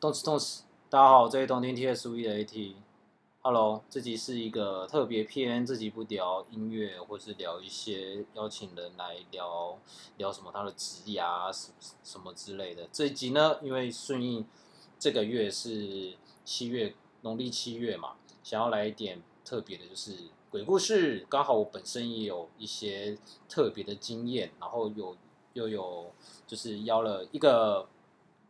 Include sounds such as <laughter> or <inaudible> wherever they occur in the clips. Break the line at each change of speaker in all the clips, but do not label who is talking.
动次动次，大家好，这里冬天 TSV 的 AT。Hello，这集是一个特别篇，这集不聊音乐，或是聊一些邀请人来聊聊什么他的职涯啊什什么之类的。这一集呢，因为顺应这个月是七月，农历七月嘛，想要来一点特别的，就是鬼故事。刚好我本身也有一些特别的经验，然后有又有就是邀了一个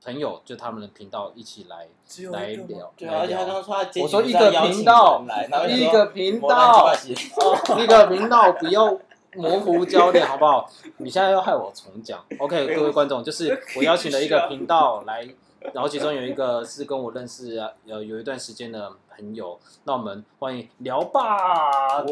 朋友，就他们的频道一起来
只有
来
一个吗
聊，
对啊，
来
而且他
聊。
刚说他
哎我说一个频道
来，然后，就
一
说
个频
我来这
道
块，写
<laughs> 一个频道，不要模糊焦点，好不好？你现在要害我重讲。OK，各位观众，就是我邀请了一
<laughs>
个频道来，然后其中有一个是跟我认识啊呃有一段时间的朋友，那我们欢迎聊吧。
哦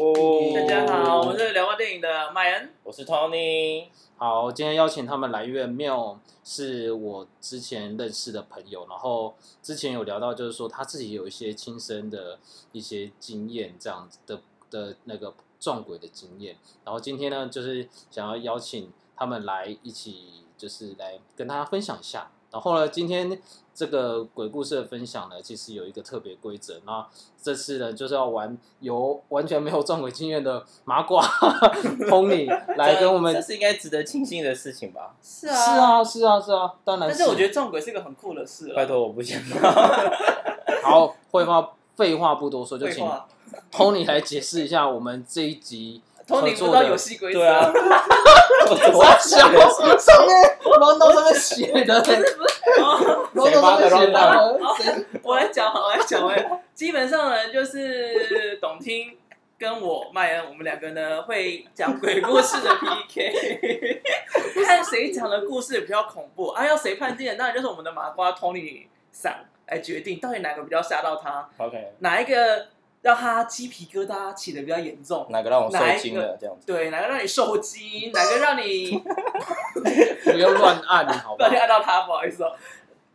大家好，我是聊过电影的麦恩。
我是 Tony，
好，今天邀请他们来月妙是我之前认识的朋友，然后之前有聊到，就是说他自己有一些亲身的一些经验，这样子的的那个撞鬼的经验。然后今天呢，就是想要邀请他们来一起，就是来跟大家分享一下。然后呢，今天这个鬼故事的分享呢，其实有一个特别规则，那这次呢就是要玩由完全没有撞鬼经验的麻瓜 <laughs> Tony 来跟我们
这这是应该值得庆幸的事情吧？
<laughs>
是
是啊，是啊，是啊，当然
但
是。
是我觉得撞鬼是一个很酷的
啊
事啊
拜
了。
托，我
<laughs>
不想。
得好，废话废话不多说，就
废
请
话，
Tony 来解释一下我们这一集
托尼不知道游戏规则，
对啊，我
我想
我
上面 round 上面写的
不是不是，哦
，round 上面写的，谁
<laughs> 我来讲，我来讲，我来。基本上呢，就是董听跟我麦恩，我们两个呢会讲鬼故事的 PK，看谁讲的故事比较恐怖啊，要谁判定的，当然就是我们的麻瓜托尼赏来决定到底哪个比较吓到他，
<laughs> OK，
哪一个让他鸡皮疙瘩起的比较严重。
哪个让我受惊了？这样子，
对，哪个让你受惊，哪个让你
不要乱按，好
不
吧
小？心按到他，不好意思哦，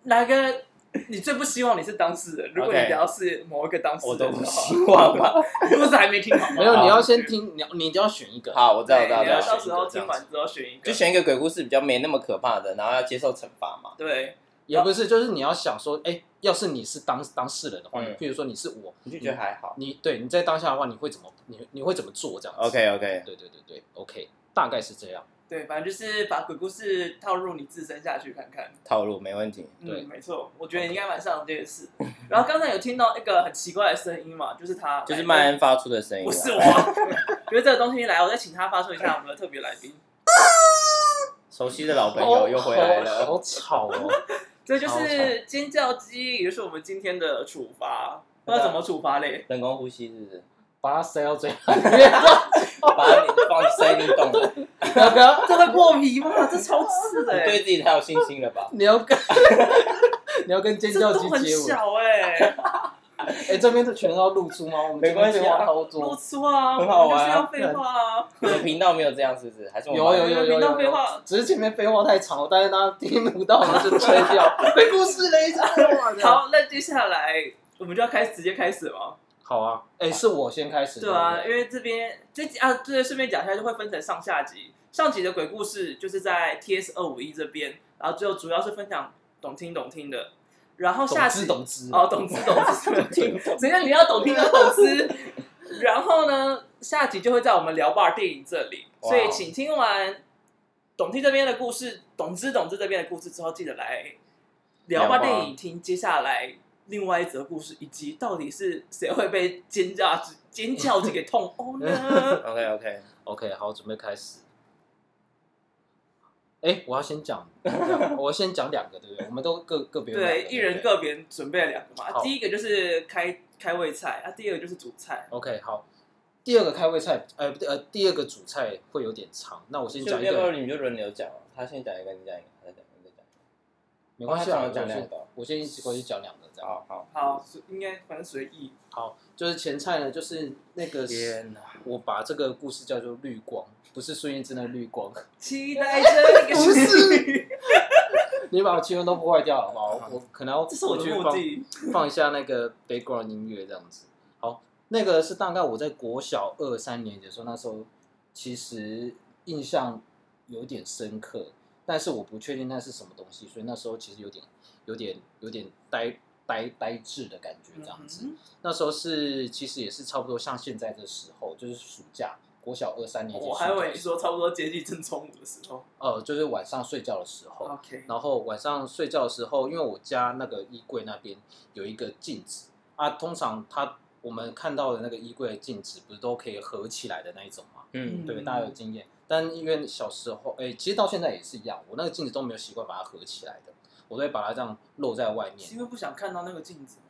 哪个你最不希望你是当事人？如果你
OK
只要是某一个当事
我
人
都
的
不
话，
希
<laughs>
<laughs>
望吧。
故事还没听好吗，
没有，你要先听，你要你就要选一个。
好，我知道，我知道，
哎
对，
我
你要
知道。
到时候
这
听
样子
完之后选一个，
就选一个鬼故事比较没那么可怕的，然后要接受惩罚嘛。
对，
也不是，就是你要想说，哎，要是你是当当事人的话，
嗯
譬如说你是我，
你就觉得还好。
你对你在当下的话，你会怎么，你你会怎么做这样子
OK OK，
对对对对，OK，大概是这样。
对，反正就是把鬼故事套入你自身下去看看。
套路没问题。
对
嗯，没错，我觉得你应该蛮上这件事。然后刚才有听到一个很奇怪的声音嘛，就是他，
就是麦恩发出的声音啊，
不是我， <laughs> 觉得这个东西来，我再请他发出一下我们的特别来宾。
熟悉的老朋友又回来
好
了。
好吵哦。
这就
好惨
是尖叫鸡，也就是我们今天的处罚，不知道怎么处罚嘞。
人工呼吸是不是？
把它塞到最后面， <laughs>
把你放塞进洞里，
牛哥，
这会破皮吗？ <laughs> 这超刺的
你
哎、
对自己太有信心了吧？
牛哥， <laughs> 你要跟尖
这
叫
都
鸡
很
接吻。
小哎、欸，
哎，这边是全都要露出吗？我们
没关系
这
啊
边废话超
露
多，
出啊，
很好
我
玩啊
们就是要废话啊，
你的频道没有这样是不是？还是我
有有
们
有有有
频道
有
废话
只是前面废话太长了，但是大家听不到，然后就吹掉。
<laughs>
没故事嘞，这个话。
好，那接下来我们就要开始直接开始吗？
好啊，哎，是我先开始。
对啊，
不
因为这边这集啊，对，顺便讲一下，就会分成上下集。上集的鬼故事就是在 T S 二五一这边，然后最后主要是分享懂听懂听的，然后
懂
下集
之懂之
哦，懂之懂之懂听，怎样你要懂听要懂之。然后呢，下集就会在我们聊吧电影这里，
哇
所以请听完懂听这边的故事，懂之懂之这边的故事之后，记得来聊吧
聊吧
电影听接下来另外一则故事，以及到底是谁会被尖叫之尖叫这给痛哦殴呢？
OK OK，
OK，好，准备开始。哎，我要先讲，我先讲两个，对不对？我们都各个别有两个
对，一人
不
个别准备了两个
好
嘛，第一个就是开开胃菜，啊，第二个就是主菜，
OK，好。第二个开胃菜，呃，不对，呃，第二个主菜会有点长，那我先
就
讲一
要不要
个，
你们就轮流讲啊？他先讲一个，你讲一个，他再讲一个，你再讲一
没关系
哦
啊，
他
我
讲了
先
两个
我先一起过去讲两个这
个。
样。
好好。
好，随应该反正随意。
好，就是前菜呢，就是那个
天哪！
我把这个故事叫做绿光，不是孙燕姿的绿光， <laughs>
期待这个
不
是，
你把我气氛都破坏掉了，好不好？我可能要
这是我的
去
目
放
的。
<laughs> 放一下那个 background 音乐这样子。好，那个是大概我在国小二三年级的时候，那时候其实印象有点深刻，但是我不确定那是什么东西，所以那时候其实有点、有点、有点呆呆呆滞的感觉这样子。
嗯
那时候是其实也是差不多像现在的时候，就是暑假，国小二三年级
我
暑假
还以
的
为你
时候，
说差不多接近正中午的时候。
呃，就是晚上睡觉的时候。
OK，
然后晚上睡觉的时候，因为我家那个衣柜那边有一个镜子啊，通常它我们看到的那个衣柜的镜子不是都可以合起来的那一种吗？
嗯
对，大家有经验。但因为小时候，哎、其实到现在也是一样，我那个镜子都没有习惯把它合起来的，我都会把它这样露在外
是
面。
因为不想看到那个镜子吗？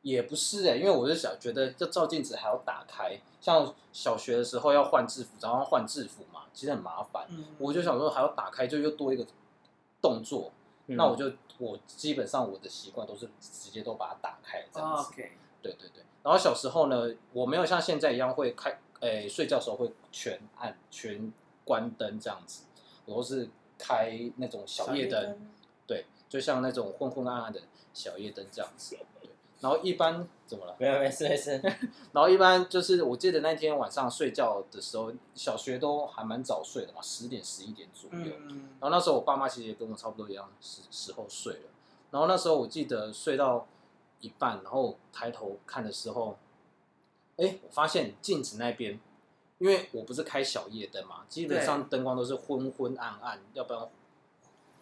也不是哎、因为我是想觉得要照镜子还要打开，像小学的时候要换制服，然后换制服嘛，其实很麻烦。
嗯，
我就想说还要打开，就又多一个动作，
嗯
那我就我基本上我的习惯都是直接都把它打开这样
啊
子。
OK，
对对对。然后小时候呢，我没有像现在一样会开，诶、睡觉的时候会全按全关灯这样子，我都是开那种小夜灯，对，就像那种昏昏暗暗的小夜灯这样子。对。然后一般怎么了？
没有没事
<laughs>
没事，
然后一般就是我记得那天晚上睡觉的时候，小学都还蛮早睡的嘛，十点十一点左右。
嗯，
然后那时候我爸妈其实也跟我差不多一样时时候睡了，然后那时候我记得睡到一半，然后抬头看的时候，哎，我发现镜子那边，因为我不是开小夜灯嘛，基本上灯光都是昏昏暗暗，要不然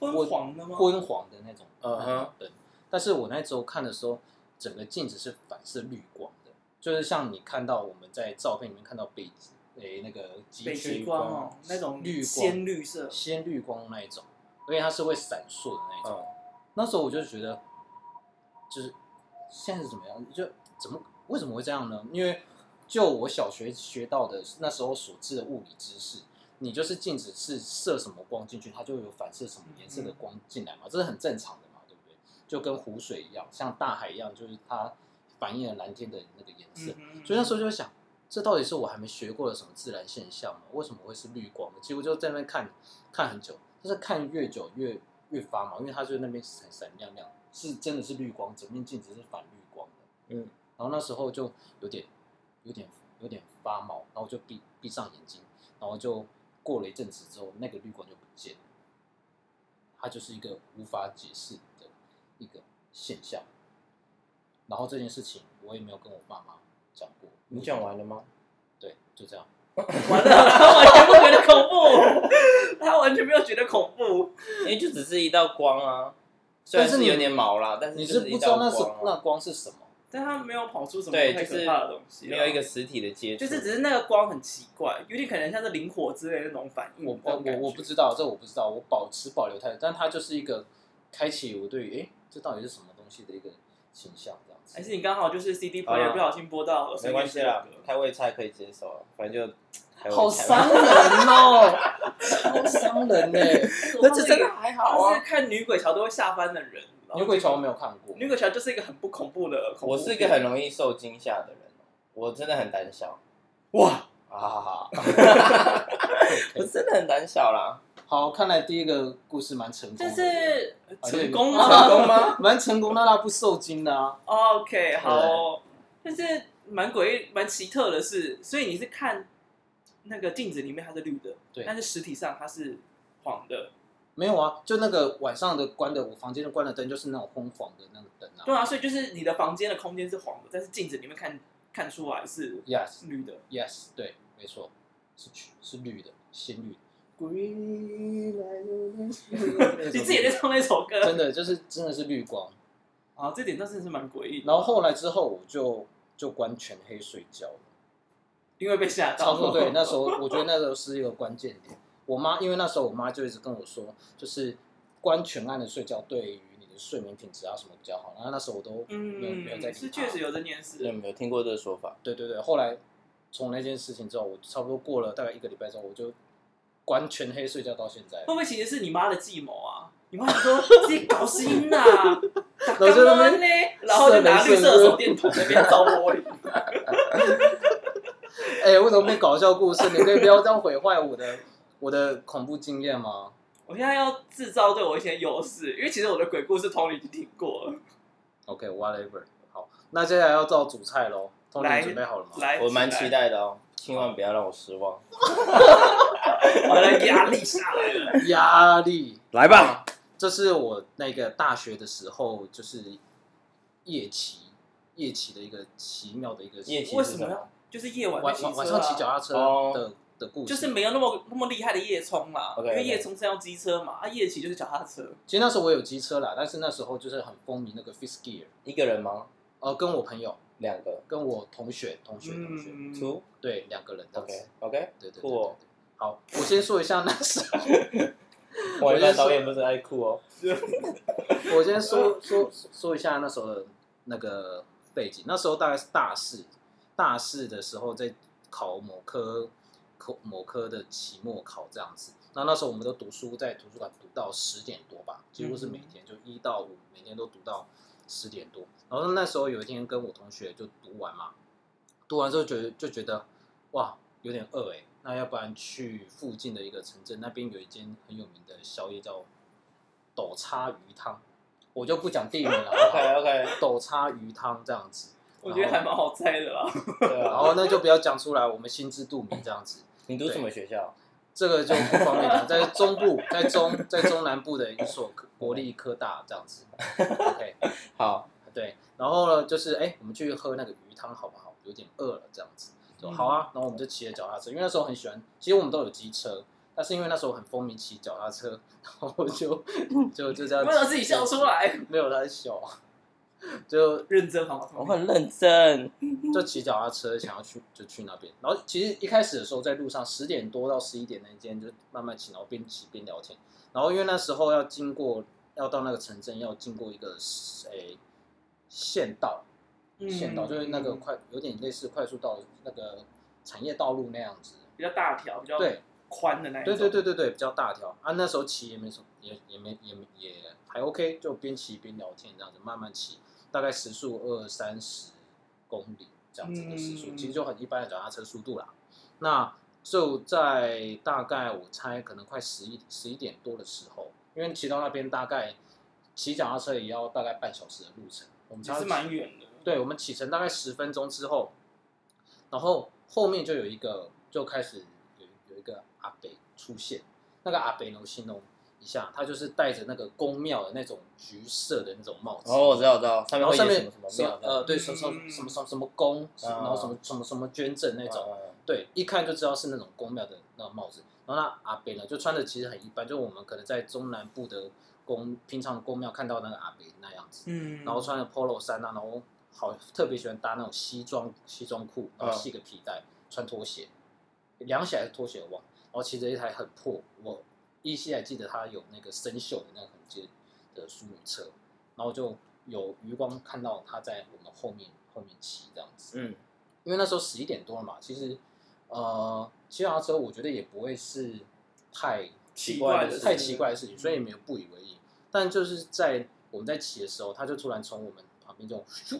昏黄的吗？
昏黄的那种
嗯哼
那种灯。但是我那时候看的时候，整个镜子是反射绿光的，就是像你看到我们在照片里面看到北诶那个
北极
极
光哦，那种
绿光
鲜绿色，
鲜绿光那一种，而且它是会闪烁的那一种。
嗯
那时候我就觉得，就是现在是怎么样？就怎么为什么会这样呢？因为就我小学学到的那时候所知的物理知识，你就是镜子是射什么光进去，它就有反射什么颜色的光进来嘛，这是很正常的嘛，对不对？就跟湖水一样，像大海一样，就是它反映了蓝天的那个颜色。
嗯 <laughs>
所以那时候就会想，这到底是我还没学过的什么自然现象吗？为什么会是绿光呢？结果就在那边看看很久，就是看越久越越发毛，因为它就那边闪闪亮亮，是真的是绿光，整面镜子是反绿光的。
嗯，
然后那时候就有点有点有点发毛，然后就闭闭上眼睛，然后就过了一阵子之后，那个绿光就不见了，它就是一个无法解释的一个现象。然后这件事情我也没有跟我爸妈讲过。
你讲完了 <laughs> 吗？
对，就这样。
完了，他完全不觉得恐怖，他完全没有觉得恐怖。
<laughs> 因为就只是一道光啊，虽然
但是
是
你
有点毛啦，但是
你
就是是
不
一
知道
道
那是
光
那
啊，
光是什么？
但他没有跑出什么
对
太
就
可
是
怕的东西啊，
没有一个实体的接触，
就是只是那个光很奇怪，有点可能像是灵火之类的那种反应。
嗯
我
那
我
种感
我
觉
我不知道，这我不知道，我保持保留态度，但它就是一个开启我对于诶这到底是什么东西的一个倾向这样子。
还是你刚好就是 CD player
啊
不小心播到了，
没关系啦
所以就，
开胃菜可以接受啊，反正就开胃菜
好伤人哦，好伤人呢、
<laughs> 可是真的
还
他是。看女鬼桥都会下班的人。
牛鬼桥我没有看
<laughs>
过，
女鬼桥就是一个很不恐怖的恐怖
我是一个很容易受惊吓的人，我真的很胆小
哇，
啊，我真的很胆小啦。
好，看来第一个故事蛮成功
就
的，
是哦
啊
成功
对
吗？
成功吗？
<laughs>
蛮成功，那他不受惊的啊。
OK，好哦、就是蛮诡异、蛮奇特的是，所以你是看那个镜子里面它是绿的，
对
但是实体上它是黄的，
没有啊，就那个晚上的关的，我房间的关的灯就是那种昏黄的那个灯
对
啊。
啊，所以就是你的房间的空间是黄的，但是镜子里面看看出来是
Yes,
绿的，
yes，对，没错，是橘是绿的，鲜绿的。Green light, green light，
<laughs> 你自己在唱那首歌，
真的就是真的是绿光。
啊，这点倒真的是蛮诡异的，
然后后来之后我就就关全黑睡觉了。
因为被吓 <laughs>
差
到，
不多对，那时候我觉得那时候是一个关键点。我妈因为那时候我妈就一直跟我说，就是关全暗的睡觉对于你的睡眠品质啊什么比较好。然后那时候我都没有没有在
嗯，
理
是
她
确实有这件事
你有，没有听过这个说法？
对对对，后来从那件事情之后，我差不多过了大概一个礼拜之后，我就关全黑睡觉到现在
会。 <laughs> 不会其实是你妈的计谋啊？你妈就说自己搞死音啊呐，然
后就在那
呢，然后就拿绿色的手电筒在那边照玻璃。
哎、为什么没搞笑故事？你可以不要这样毁坏我的我的恐怖经验吗？
我现在要制造对我一些优势，因为其实我的鬼故事 Tony 已经听过了。
OK，whatever、好，那接下来要照主菜喽。通你
来
准备好了吗？
来，
我蛮
起
期
来。
待的哦，千万不要让我失望。
我的压力下来了。
压力。
来吧，
这是我那个大学的时候，就是夜骑夜骑的一个奇妙的一个
夜骑
为
是
什
什
么
么
要？就是夜晚
晚
去骑车、
晚
啊、
晚上骑脚踏车
哦
的的故事。
就是没有那么那么厉害的夜冲啦
OK，OK
因为夜冲是用机车嘛，啊夜骑就是脚踏车。
其实那时候我有机车啦，但是那时候就是很风靡那个 Fist Gear，
一个人吗？
呃，跟我朋友、
两个
跟我同学、同学、
嗯
同学，
？Two？
对，两个人这样子
OK。OK，
对对对对
酷哦
对。好，我先说一下那时候，
我
我
一
就
般
是
导演不是爱酷哦。
<laughs> 我先说说说一下那时候的那个背景。那时候大概是大四，大四的时候在考某科科某科的期末考这样子。那那时候我们都读书，在图书馆读到十点多吧，几乎是每天就一到五，每天都读到十点多。然后那时候有一天跟我同学就读完嘛，读完之后觉得就觉得哇有点饿哎、那要不然去附近的一个城镇，那边有一间很有名的宵夜叫斗叉鱼汤，我就不讲地名了。好不好
OK <laughs> OK，
斗叉鱼汤这样子，
我觉得还蛮好猜的啦。
对
然
啊。
后那就不要讲出来，我们心知肚明这样子。
你读什么学校？
这个就不方便讲，在中部，在中在中南部的一所科国立科大这样子。OK，
好，
对，然后呢，就是哎、我们去喝那个鱼汤好不好？有点饿了，这样子就
嗯
好啊。然后我们就骑着脚踏车，因为那时候很喜欢，其实我们都有机车，但是因为那时候很风靡骑脚踏车，然后
<laughs>
就就就这样
为
骑，
了自己笑出来，
没有他在笑，就
认真好
我
吗？
很认真。
就骑脚踏车想要去就去那边，然后其实一开始的时候在路上十点多到十一点那间就慢慢骑，然后边骑边聊天，然后因为那时候要经过要到那个城镇要经过一个诶、县道，
嗯
县道就是那个快有点类似快速道那个产业道路那样子，
比较大条、比较
对
宽哦的那一种。
对对对对对比较大条啊，那时候骑也没什么也也没也没也还 OK，就边骑边聊天这样子慢慢骑，大概时速二三十公里这样子的时速，
嗯
其实就很一般的脚踏车速度啦。那就在大概我猜可能快十一十一点多的时候，因为骑到那边大概骑脚踏车也要大概半小时的路程，我们
也
才
是蛮远的。
对，我们启程大概十分钟之后，然后后面就有一个就开始有有一个阿北出现。那个阿北呢，我形容一下，他就是戴着那个宫庙的那种橘色的那种帽子，
哦，我知道，我知道，上
然后
面会
上
写什
面
么什么庙
呃
的。
对什么什么什么什么什么宫，什么然后什么什么什么捐赠那种，
啊
对，一看就知道是那种宫庙的那种帽子。然后那阿北呢，就穿的其实很一般，就我们可能在中南部的宫平常宫庙看到那个阿北那样子。
嗯
然后穿着 polo 衫啊，然后好特别喜欢搭那种西装西装裤，然后系个皮带，穿拖鞋，凉鞋还是拖鞋我忘了，然后骑着一台很破，我依稀还记得它有那个生锈的那个痕迹的淑女车，然后就有余光看到他在我们后面后面骑这样子，
嗯，
因为那时候十一点多了嘛，其实呃骑脚踏车我觉得也不会是太
奇
怪
怪
的
的，
太奇怪的事情，所以也没有不以为意。但就是在我们在骑的时候，他就突然从我们旁边就咻，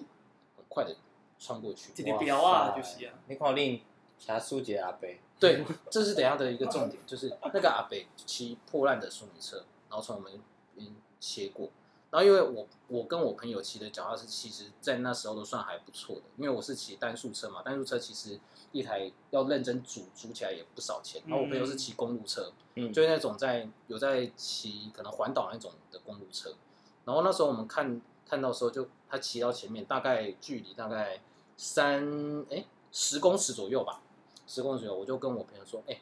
很快的穿过去。
这个表啊，
哇塞
就是啊，
你看令查苏杰阿伯，
对，这是等一下的一个重点，就是那个阿北骑破烂的淑女车，然后从我们边切过。然后因为我我跟我朋友骑的脚踏车，其实在那时候都算还不错的，因为我是骑单速车嘛，单速车其实一台要认真组组起来也不少钱。然后我朋友是骑公路车，
嗯，
就是那种在有在骑可能环岛那种的公路车。然后那时候我们看看到的时候就，他骑到前面，大概距离大概三哎十公尺左右吧，十公尺左右。我就跟我朋友说，哎、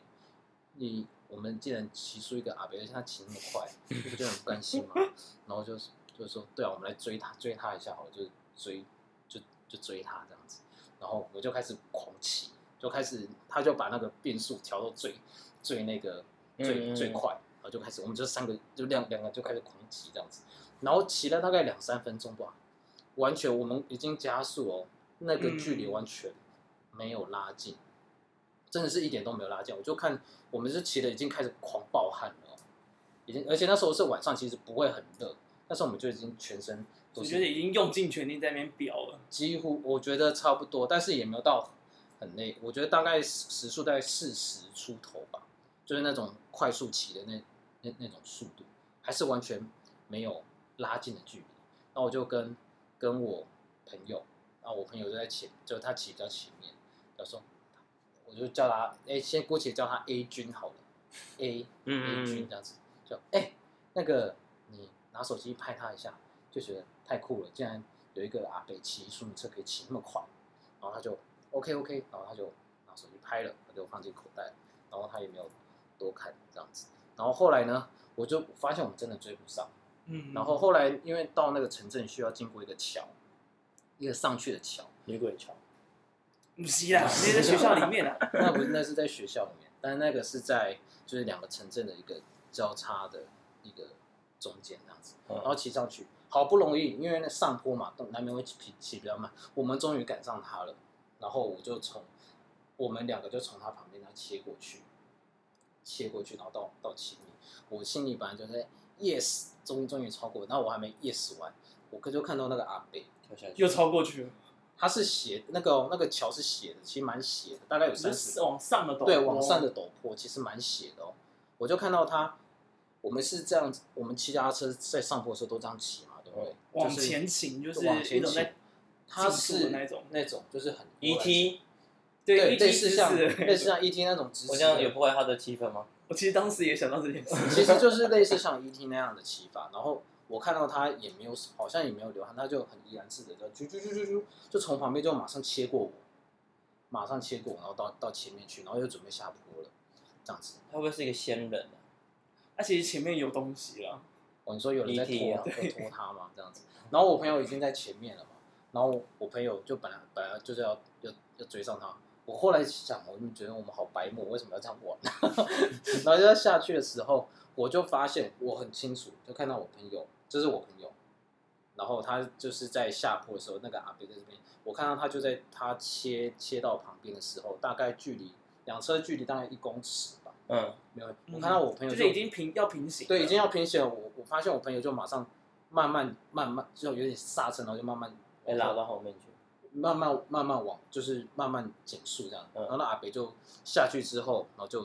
你我们竟然骑出一个阿北，而且他骑那么快，你不觉得很不甘心吗？然后就是就说，对啊，我们来追他，追他一下好了，就是追就就追他这样子。然后我就开始狂骑，就开始他就把那个变速调到最最那个最、
嗯嗯嗯
最快，然后就开始我们就三个就两两个就开始狂骑这样子，然后骑了大概两三分钟吧，完全我们已经加速哦，那个距离
嗯
完全没有拉近，真的是一点都没有拉近。我就看我们是骑的已经开始狂暴汗了哦，已经而且那时候是晚上，其实不会很热，但是我们就已经全身都
我
是
觉得已经用尽全力在那边表了。
几乎我觉得差不多，但是也没有到很累。我觉得大概时时速大概四十出头吧，就是那种快速骑的那那那种速度，还是完全没有拉近的距离。那我就跟跟我朋友，然后我朋友就在前，就他骑比较前面，他说，我就叫他，哎、先姑且叫他 A 君好了。 A
嗯
A
嗯
君这样子，就哎、那个你拿手机拍他一下，就觉得太酷了，竟然有一个阿北骑顺风车可以骑那么快，然后他就 OK OK，然后他就拿手机拍了，他就放进口袋，然后他也没有多看这样子，然后后来呢，我就发现我们真的追不上。
嗯
然后后来因为到那个城镇需要经过一个桥，一个上去的桥，
女鬼桥，
不是啦，你在学校里面啊，
那不是那是在学校里面，但那个是在就是两个城镇的一个交叉的一个中间这样子，
嗯
然后骑上去，好不容易因为那上坡嘛，都难免会骑骑比较慢，我们终于赶上他了，然后我就从我们两个就从他旁边那切过去，切过去，然后到到前面，我心里本来就是哎 yes，终终于超过，然后我还没 yes 完，我哥就看到那个阿贝。
跳下去
又超过去了，
它是斜，那个哦那个桥是斜的，其实蛮斜的，大 <laughs> 概有三十
是往上的陡坡，
对往上的陡坡，其实蛮斜的哦。我就看到他，我们是这样子，我们骑脚踏车在上坡的时候都这样骑嘛，对不对？
往
就是
前行，就
就是往
一
前
种
骑
在，
它
竞速
是
的那种，E
那种就是很
ET，
对类
一梯
似
之
像
的
类似像 ET 那种直
我
直
这样有
的，
破坏他的气氛吗？
<laughs> 我其实当时也想到这件事，
其实就是类似像 ET 那样的骑法，然后。我看到他也没有，好像也没有流汗，他就很怡然自得，就啾啾啾啾啾，就从旁边就马上切过我，马上切过我，然后到到前面去，然后又准备下坡了，这样子。
他会不会是一个仙人啊？
它其实前面有东西了，
哦，你说有人在
ET
拖
啊
在拖他嘛，这样子。然后我朋友已经在前面了嘛，然后我朋友就本来本来就是要要要追上他，我后来想，我就觉得我们好白目，为什么要这样玩？ <laughs> 然后就在下去的时候，我就发现我很清楚，就看到我朋友，这、是我朋友，然后他就是在下坡的时候，那个阿伯在这边，我看到他就在他切切到旁边的时候，大概距离两车距离大概一公尺吧，
嗯，
没有，我看到我朋友
嗯就是已经平要平行了，
对，已经要偏斜了。我我发现我朋友就马上慢慢慢慢，就有点刹车，然后就慢慢
被拉到后面去。
慢慢慢慢往，就是慢慢减速这样。
嗯
然后那阿北就下去之后，然后就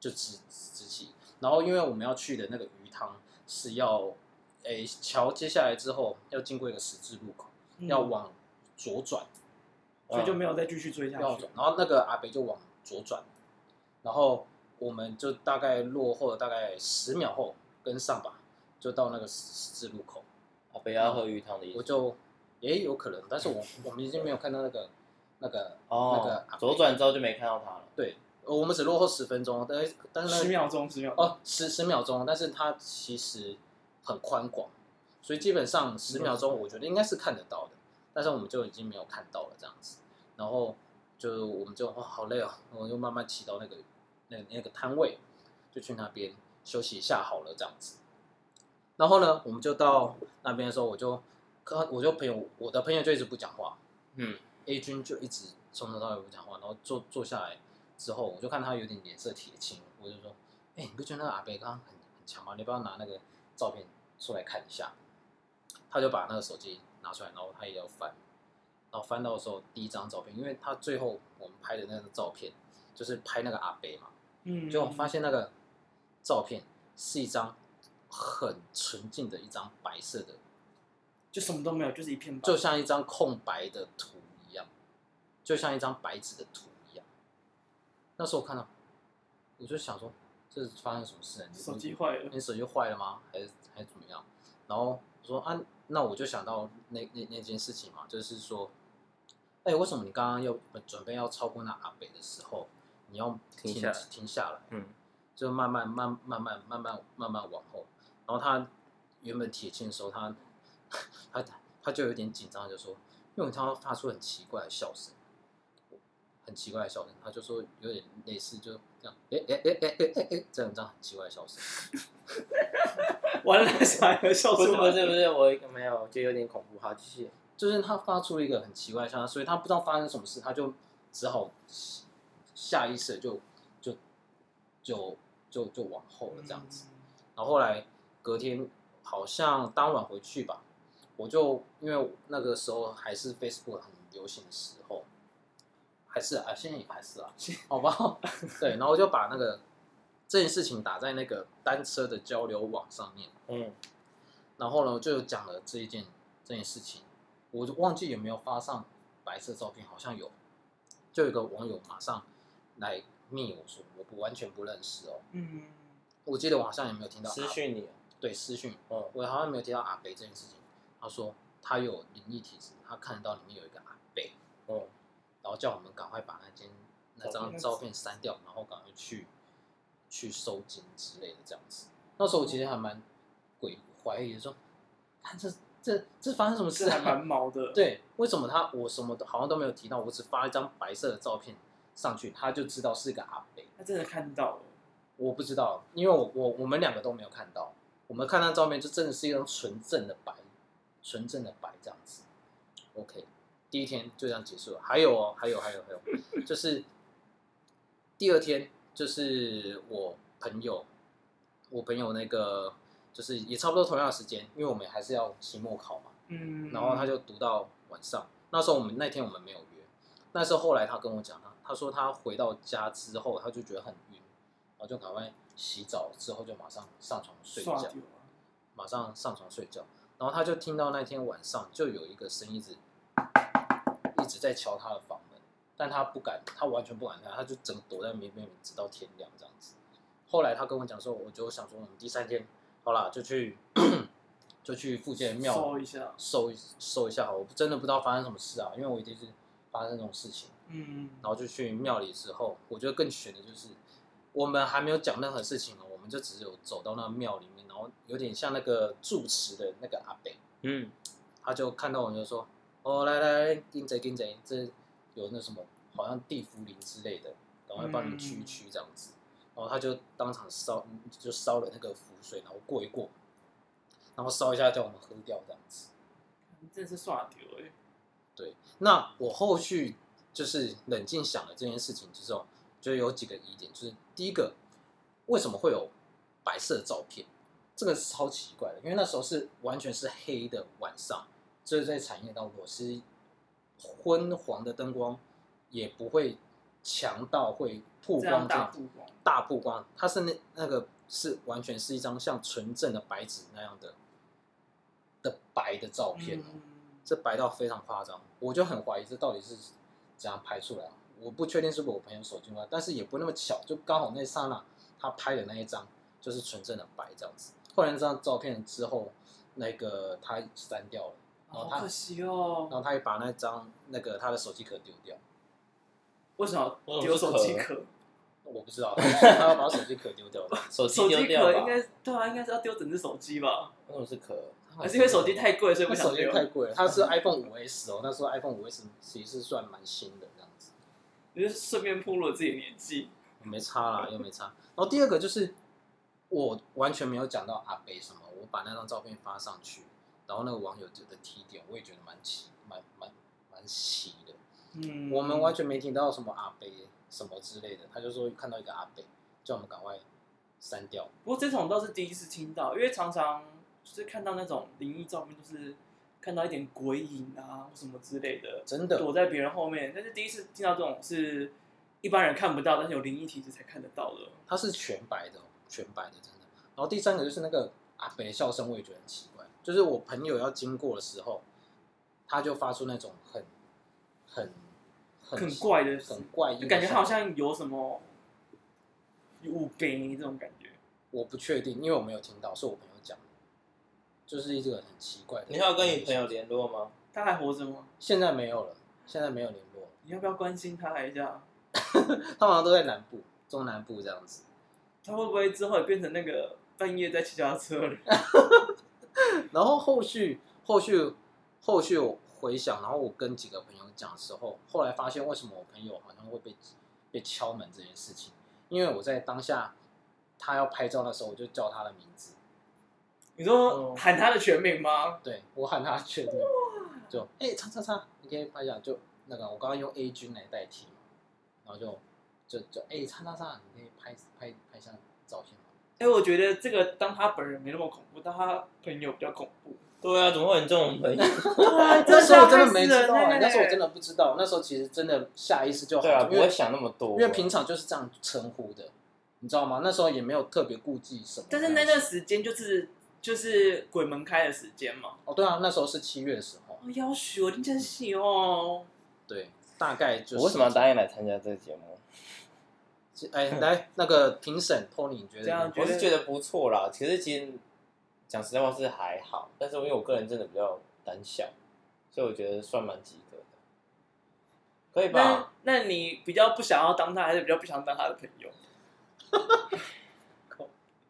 就直直起。然后因为我们要去的那个鱼汤是要，诶桥接下来之后要经过一个十字路口，
嗯
要，往左转，
嗯
所以就没有再继续追下
要
去
转。。然后那个阿北就往左转，然后我们就大概落后了大概十秒后跟上吧，就到那个十十字路口。
啊，不要喝鱼汤的意思。
我就也有可能，但是我我们已经没有看到那个那个那
哦
个阿，北
左转之后就没看到他了。
对，呃我们只落后十分钟，但是但是那个
十秒钟，十秒钟，
哦十十秒钟，但是它其实很宽广，所以基本上十秒
嗯
钟我觉得应该是看得到的，但是我们就已经没有看到了这样子，然后就我们就哇好累哦，我就慢慢骑到那个那那个摊位，就去那边休息一下好了这样子。然后呢，我们就到那边的时候，我就看我就朋友我的朋友就一直不讲话，
嗯
，A 君就一直从头到尾不讲话，然后坐坐下来之后，我就看他有点脸色铁青，我就说：“哎、你不觉得那个阿北刚刚很很强吗？你要不要拿那个照片出来看一下？”他就把那个手机拿出来，然后他也要翻，然后翻到的时候，第一张照片，因为他最后我们拍的那个照片就是拍那个阿北嘛，
嗯，
就我发现那个照片是一张很纯净的一张白色的
就什么都没有，就是一片白
就像一张空白的图一样，就像一张白纸的图一样。那时候我看到，我就想说，这是发生什么事啊呢？你
手机坏了， <laughs>
你手机坏了吗？还是还是怎么样？然后我说啊，那我就想到那那那件事情嘛，就是说，哎、为什么你刚刚要准备要超过那阿北的时候，你要停
停下来
停下来？
嗯，
就慢慢慢慢慢慢慢慢慢往后，然后他原本铁青的时候，他 <laughs> 他他就有点紧张，就说，因为我看到发出很奇怪的笑声，很奇怪的笑声，他就说有点类似就这样，哎哎哎哎哎哎哎，这样这样很奇怪的笑声，
完了，小孩要笑
不
出
是不
来，
是不是，我没有，就有点恐怖。好，继续。
就是他发出了一个很奇怪的笑声，所以他不知道发生什么事，他就只好下意识地就就就就就往后
嗯
了这样子。然后后来隔天好像当晚回去吧，我就因为那个时候还是 Facebook 很流行的时候，还是啊，现在也还是啊，好吧，对，然后我就把那个这件事情打在那个单车的交流网上面，
嗯，
然后呢就讲了这一件这件事情，我就忘记有没有发上白色照片，好像有，就有一个网友马上来密我说我不完全不认识哦，
嗯，
我记得我好像也没有听到
私
阿
讯你，啊
对私讯，哦
嗯，
我好像没有提到阿北这件事情。他说他有灵异体质，他看得到里面有一个阿北，
嗯，
然后叫我们赶快把那间那
照
张
片
照片删掉，然后赶快去去收金之类的这样子。那时候我其实还蛮鬼怀疑的说，看这这这发生什么事
这还
啊？ <laughs>
蛮毛的。，
对，为什么他我什么都好像都没有提到，我只发一张白色的照片上去，他就知道是个阿北。
他真的看到了，
我不知道，因为我我我们两个都没有看到，我们看那照片就真的是一张纯正的白，纯正的白这样子。OK，第一天就这样结束了。还有哦，还有还有还有，就是第二天就是我朋友，我朋友那个就是也差不多同样的时间，因为我们还是要期末考嘛，
嗯，
然后他就读到晚上。那时候我们那天我们没有约，那是后来他跟我讲，他他说他回到家之后，他就觉得很晕，然后就赶快洗澡，之后就马上上床睡
刷
觉
掉，啊，
马上上床睡觉。然后他就听到那天晚上就有一个声音一直一直在敲他的房门，但他不敢，他完全不敢开，他就整个躲在棉被里面直到天亮这样子。后来他跟我讲说，我就想说，我们第三天好啦，就去 <coughs> 就去附近的庙
搜一下，
搜一搜一下好，我真的不知道发生什么事啊，因为我一定是发生这种事情，
嗯，
然后就去庙里之后，我觉得更悬的就是我们还没有讲任何事情哦，我们就只有走到那个庙里面，然后有点像那个住持的那个阿北，
嗯，
他就看到我们就说：“哦，来来来，跟着跟着，这有那什么，好像地茯苓之类的，赶快帮你驱一驱这样子。然后他就当场烧，就烧了那个符水，然后过一过，然后烧一下叫我们喝掉这样子。
真的是刷掉哎，
对，那我后续就是冷静想了这件事情之后，就有几个疑点，就是第一个，为什么会有白色的照片？这个是超奇怪的，因为那时候是完全是黑的晚上，就是在产业道路是昏黄的灯光，也不会强到会曝
这样
光这
大
样
曝光，
大曝光，它是那那个是完全是一张像纯正的白纸那样的的白的照片哦、
嗯
这白到非常夸张，我就很怀疑这到底是怎样拍出来的。我不确定是不是我朋友手机拍，但是也不那么巧，就刚好那刹那他拍的那一张就是纯正的白这样子。后来那张照片之后，那个他删掉了，
好可惜哦
然。后他也把那张那个他的手机壳丢掉。
为什么
我有
丢手机
壳
壳？
我不知道，他要把手机壳啊丢掉了，
手机
手
丢
机
掉
壳
吧
应，该对啊，应该是要丢整只手机吧？
为什么是壳？
<laughs> 还是因为手机太贵，所
啊那
以不想
手机
丢？
太贵了，他是 iPhone 五 S 哦，那时候 iPhone 五 S 其实是算蛮新的这样子。
你就顺便暴露了自己的年纪。
没差啦，又没差。然后第二个就是我完全没有讲到阿北什么，我把那张照片发上去，然后那个网友觉得提点，我也觉得蛮奇，蛮蛮蛮奇的。
嗯
我们完全没听到什么阿北什么之类的，他就说看到一个阿北，叫我们赶快删掉。
不过这种倒是第一次听到，因为常常就是看到那种灵异照片，就是看到一点鬼影啊或什么之类的，
真的，
躲在别人后面。但是第一次听到这种是一般人看不到，但是有灵异体质才看得到的。
它是全白的哦，全白的，真的。然后第三个就是那个阿北的笑声，我也觉得很奇怪，就是我朋友要经过的时候，他就发出那种很很
很怪的
很怪异的声
就
音，
感觉他好像有什么有病这种感觉。
我不确定，因为我没有听到，是我朋友讲的，就是一个很奇怪的。
<laughs> 你还有跟你朋友？联络吗？
他还活着吗？
现在没有了，现在没有联络了，
你要不要关心他一下？
他好像都在南部、中南部这样子。
他会不会之后也变成那个半夜在骑脚踏车的
<laughs>
人？
然后后续后续后续我回想，然后我跟几个朋友讲的时候，后来发现为什么我朋友好像会被被敲门这件事情，因为我在当下他要拍照的时候，我就叫他的名字，
你
哦
说喊他的全名吗？
对我喊他确定，就哎叉叉叉，你可以拍一下，就那个我刚刚用 A 君来代替，然后就就就哎叉叉叉，你可以拍拍拍一下照片吗？
哎、我觉得这个当他本人没那么恐怖，当他朋友比较恐
<laughs>
怖。
对啊，怎么会有这种 <laughs> 朋友？
<laughs> 对
那啊时候我真的没知道、
啊
啊，，那时候我真
的。
的不知道，那时候其实真的下意识就好
对啊，
了，
不
因为
会想那么多，
因为平常就是这样称呼的，你知道吗？那时候也没有特别顾忌什么。
但是那段时间就是就是鬼门开的时间嘛。
哦，对啊，那时候是七月的时候，
哦，要许我真真喜哦。
对，大概就是。
我为什么要答应来参加这个节目？
哎，来那个评审托尼，你觉得
这样
呢
觉
我
得
是觉得不错啦。其实其实讲实在话是还好，但是因为我个人真的比较胆小，所以我觉得算蛮及格的，可以
那
吧？
那你比较不想要当他，还是比较不想当他的朋友？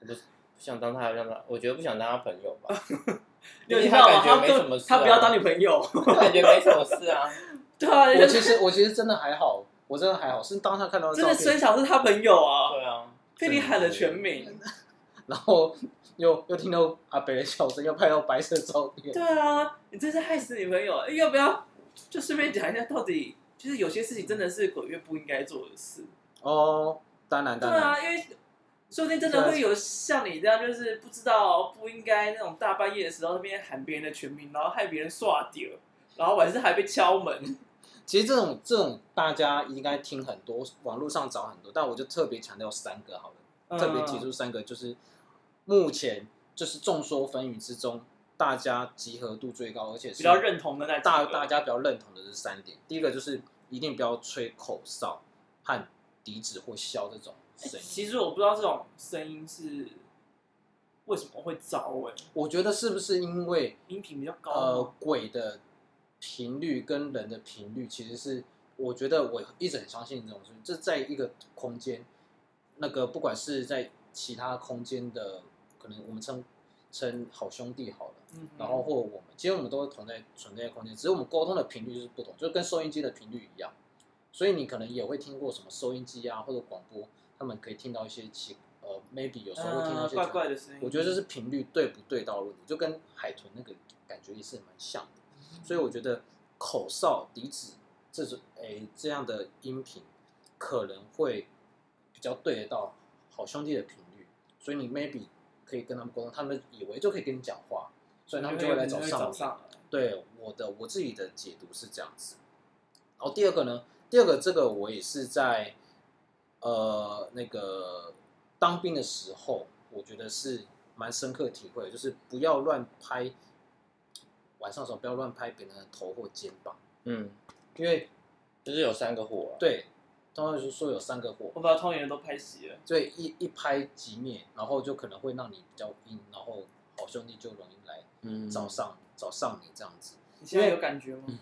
不想当他，让他，我觉得不想当他朋友
<laughs>
吧，
你
因
有
为
听到吗？
感觉
他
没什么
跟
事、啊，
他不要当你朋友，
他感觉没什么事啊。
对啊，
我
人
其
家
实我 <laughs> 其实真的还好，我真的还好，是当他看到
真
照
的孙
片，
晓是他朋友啊，<laughs>
对啊，
被你喊了全名。
然后又 <laughs> 又听到阿北的笑声，又拍到白色照片，
对啊，你真是害死你朋友！哎要不要就顺便讲一下，到底就是有些事情真的是鬼月不应该做的事。
哦，当然
对
当然，
啊，因为说不定真
啊
的会有像你这样，就是不知道不应该那种大半夜的时候那边喊别人的全名，然后害别人刷掉，然后晚上还被敲门。
其实这种这种大家应该听很多，网络上找很多，但我就特别强调三个好了。特别提
嗯
出三个，就是目前就是众说纷纭之中，大家集合度最高，而且是
比较认同的那几
大
个
大家比较认同的这三点。第一个就是一定不要吹口哨和笛子或箫这种声音。
哎其实我不知道这种声音是为什么会招哎、
我觉得是不是因为
音频比较高
呃
吗，
鬼的频率跟人的频率其实是，我觉得我一直很相信这种事情，这在一个空间，那个不管是在其他空间的，可能我们称称好兄弟好了。
嗯
然后或我们，其实我们都同在存在一个空间，只是我们沟通的频率就是不同，就跟收音机的频率一样。所以你可能也会听过什么收音机啊，或者广播，他们可以听到一些奇呃，maybe 有时候会听到一
嗯
些、
怪怪的声音，
我觉得这是频率对不对到的问题，就跟海豚那个感觉也是蛮像的。所以我觉得口哨、笛子这种诶这样的音频，可能会比较对得到好兄弟的频率，所以你 maybe 可以跟他们沟通，他们以为就可以跟你讲话，所以他们就会来找上
早
你。
上啊
对我的我自己的解读是这样子。然后第二个呢，第二个这个我也是在呃那个当兵的时候，我觉得是蛮深刻体会的，就是不要乱拍，晚上的时候不要乱拍别人的头或肩膀，
嗯，
因为
就是有三个火、啊，
对，通常就说有三个火，
我把通人都拍熄了。
所以一一拍即灭，然后就可能会让你比较阴，然后好兄弟就容易来
嗯
找上、找上你这样子。
你现在有感觉吗？
嗯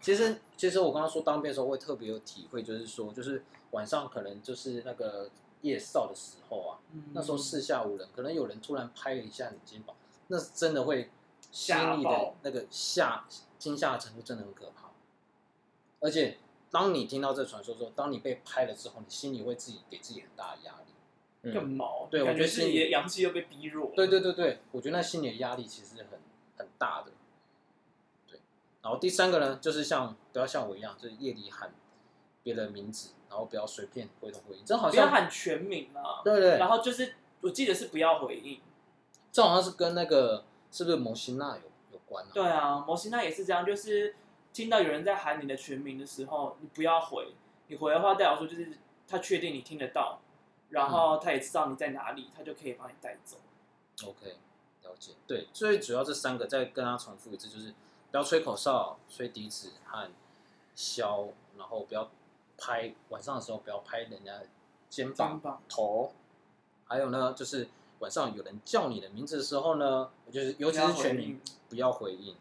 其实，其实我刚刚说当兵的时候会特别有体会，就是说，就是晚上可能就是那个夜哨的时候啊，
嗯
那时候四下无人，可能有人突然拍了一下你肩膀，那真的会心
吓
里的
爆
那个吓惊吓的程度真的很可怕。而且，当你听到这传说之后，当你被拍了之后，你心里会自己给自己很大的压力。
更毛，
对我
感
觉
觉
得
自己的阳气又被逼弱。
对对对对，我觉得那心理的压力其实很很大的。对，然后第三个呢，就是像不要像我一样，就是夜里喊别人名字，然后不要随便回头回应，这好
不要
像
喊全名啊。
对对对，
然后就是我记得是不要回应。
这好像是跟那个是不是摩西娜有有关啊？
对啊，摩西娜也是这样，就是听到有人在喊你的全名的时候，你不要回，你回的话代表说就是他确定你听得到，
嗯
然后他也知道你在哪里，他就可以把你带走。
，OK，了解。对，最主要这三个，再跟他重复一次，就是不要吹口哨、吹笛子和箫，然后不要拍晚上的时候不要拍人家肩膀
真。棒！
头，还有呢，就是晚上有人叫你的名字的时候呢，就是尤其是全名，不要回应。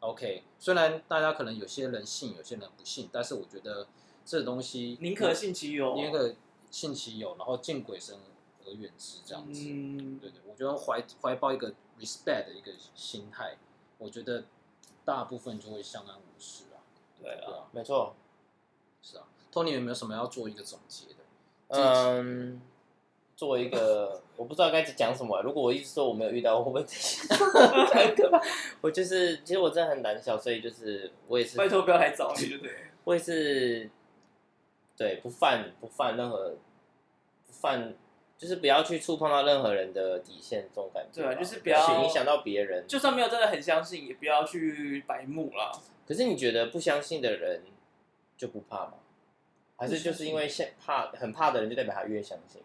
OK，虽然大家可能有些人信，有些人不信，但是我觉得这东西
宁可信其有。
嗯宁可信其有，然后敬鬼神而远之这样子。
嗯， <laughs>
对对，我觉得怀怀抱一个 respect 的一个心态，我觉得大部分就会相安无事啊。
对
对
啊。
啊，
没错，
是啊。Tony 有没有什么要做一个总结的？
嗯，做一个，我不知道该讲什么啊、如果我一直说我没有遇到，我会不 <laughs> 会太可怕？我就是，其实我真的很胆小，所以就是我也是，
拜托不要来找你，对
<laughs>
不对？
我也是，对，不犯不犯任何不犯，就是不要去触碰到任何人的底线，这种感觉吧。
对啊就是不要
去影响到别人。
就算没有真的很相信，也不要去白目啦。
可是你觉得不相信的人就不怕吗？还是就是因为像怕很怕的人，就代表他越相信？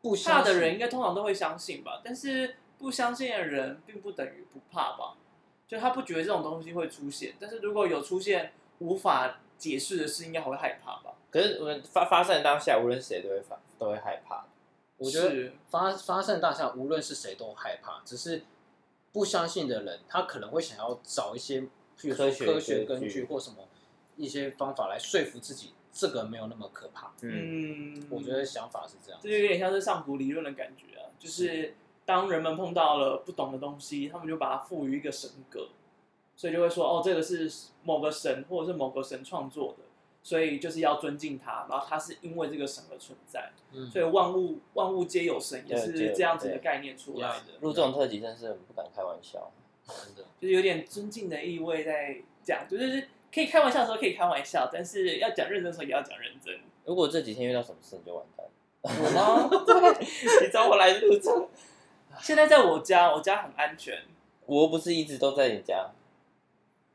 不
怕
相
的
信
人应该通常都会相信吧，但是不相信的人并不等于不怕吧，就他不觉得这种东西会出现，但是如果有出现无法解释的事，应该还会害怕吧？
可是我们发发散当下，无论谁都会发都会害怕。
我觉得
是
发发散大象，无论是谁都害怕，只是不相信的人，他可能会想要找一些，譬如说
科学
科学根
根
据
据
或什么一些方法来说服自己，这个没有那么可怕。
嗯，
嗯，
我觉得想法是这样
这。就有点像是上古理论的感觉啊，就是当人们碰到了不懂的东西，他们就把它赋予一个神格，所以就会说哦，这个是某个神或者是某个神创作的，所以就是要尊敬他，然后他是因为这个神而存在，
嗯，
所以万物万物皆有神也
对皆
是
有
这样子的
对
概念出来的，
录这种特辑真是很不敢开玩笑。
真的，
就是有点尊敬的意味在讲，就是可以开玩笑的时候可以开玩笑，但是要讲认真的时候也要讲认真。
如果这几天遇到什么事，你就完蛋了。
有吗？
你找我来录这， <laughs>
现在在我家，我家很安全。
我又不是一直都在你家。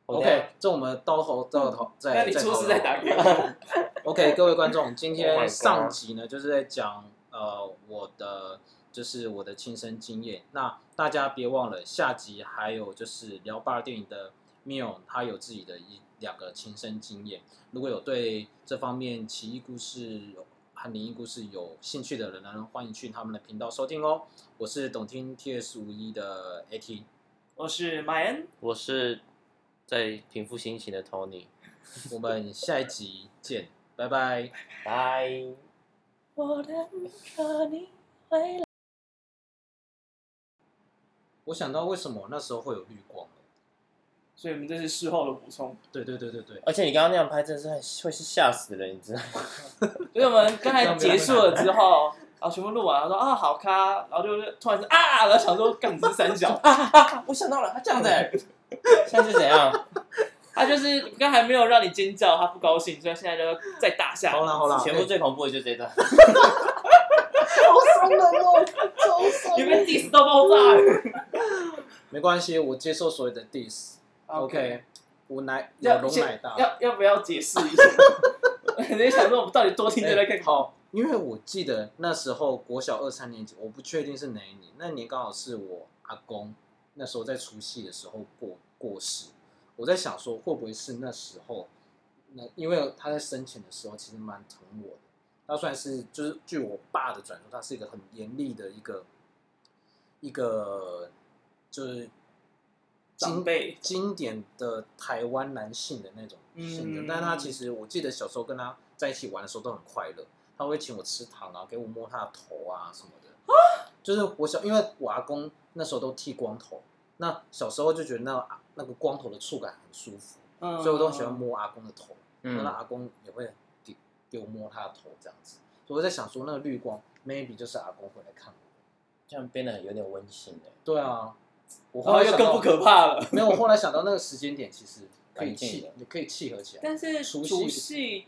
我
OK，这我们到头到头再
嗯那你出事再打给我。
<laughs>
OK，各位观众，今
Oh my
天
God
上集呢就是在讲呃我的就是我的亲身经验。那大家别忘了，下集还有就是聊吧电影的 Miu，他有自己的一两个亲身经验。如果有对这方面奇异故事和灵异故事有兴趣的人呢，欢迎去他们的频道收听哦。我是懂听 TS 五一的
<laughs>
AT，
我是马恩，
我是在平复心情的 Tony。
我们下一集见，拜拜。
拜。
我能靠你回来。
我想到为什么那时候会有绿光了
所以我们这是事后的补充。
对对对对对。
而且你刚刚那样拍，真的是很会是吓死人，你知道吗？
所以我们刚才结束了之后，
<laughs>
然后全部录完，然后说啊好咖，然后就是突然是啊，然后想说干你是三小，
啊，我想到了，他这样子、欸，现在是怎 <laughs> 样？
他就是刚才没有让你尖叫，他不高兴，所以他现在就在大笑。 <laughs>
好啦好啦，哎
全部最恐怖的就这一段。
好伤人哦，超伤
你被 diss 到爆炸了。
<laughs> 没关系，我接受所有的 diss。OK，我奶有
要
容
先
乃大。
要要不要解释
<laughs>
一下？你在想说我们到底多听这个
哎
更好？
好，因为我记得那时候国小二三年级，我不确定是哪一年，那年刚好是我阿公那时候在除夕的时候过过世。我在想说，会不会是那时候？那因为他在生前的时候其实蛮疼我的，他算是就是据我爸的转述，他是一个很严厉的一个一个就是
长辈
经典的台湾男性的那种性格，
嗯
但他其实我记得小时候跟他在一起玩的时候都很快乐，他会请我吃糖啊，给我摸他的头啊什么的。就是我小，因为我阿公那时候都剃光头，那小时候就觉得那那个光头的触感很舒服，
嗯
所以我都喜欢摸阿公的头，
嗯
那、阿公也会给给我摸他的头这样子。所以我在想说，那个绿光 maybe 就是阿公回来看我。
这样变得很有点温馨哎、
对啊，我后
然
来
后哦又
想
更
到
不可怕了。
<laughs> 没有，我后来想到那个时间点，其实可以
蛮近
契
的，
你可以契合起来。
但是
除
除
夕
夕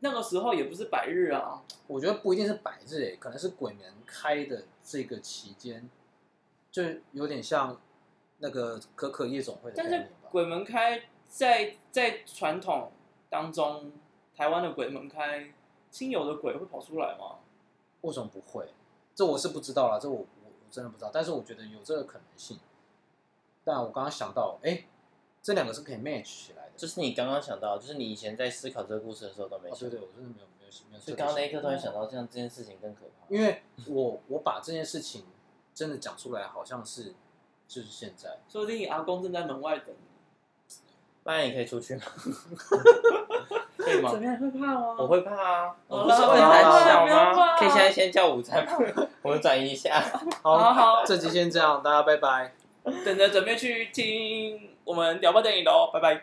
那个时候也不是百日啊，
我觉得不一定是百日欸诶，可能是鬼门开的这个期间，就有点像那个可可夜总会的概
但
念
是
吧。
鬼门开在在传统当中，台湾的鬼门开，亲友的鬼会跑出来吗？
为什么不会？这我是不知道啦，这我我我真的不知道。但是我觉得有这个可能性。但我刚刚想到，哎，这两个是可以 match 起来的。
就是你刚刚想到，就是你以前在思考这个故事的时候都没
哦，
想
对
到，
对，我真的没有没有没有。
就刚刚那一刻突然想到，这样这件事情更可怕。
因为我我把这件事情真的讲出来，好像是就是现在。
说不定你阿公正在门外等你。
不然你可以出去吗？可以吗？
么样？会怕吗
我。会怕啊，
好
我
了
不是
不
很
要怕
小
不要怕
吗？可以现在先叫午餐 <laughs> 吗？我们转移一下。
好好，
这集先这样，大家拜拜。
等着准备去听我们聊吧电影喽，拜拜。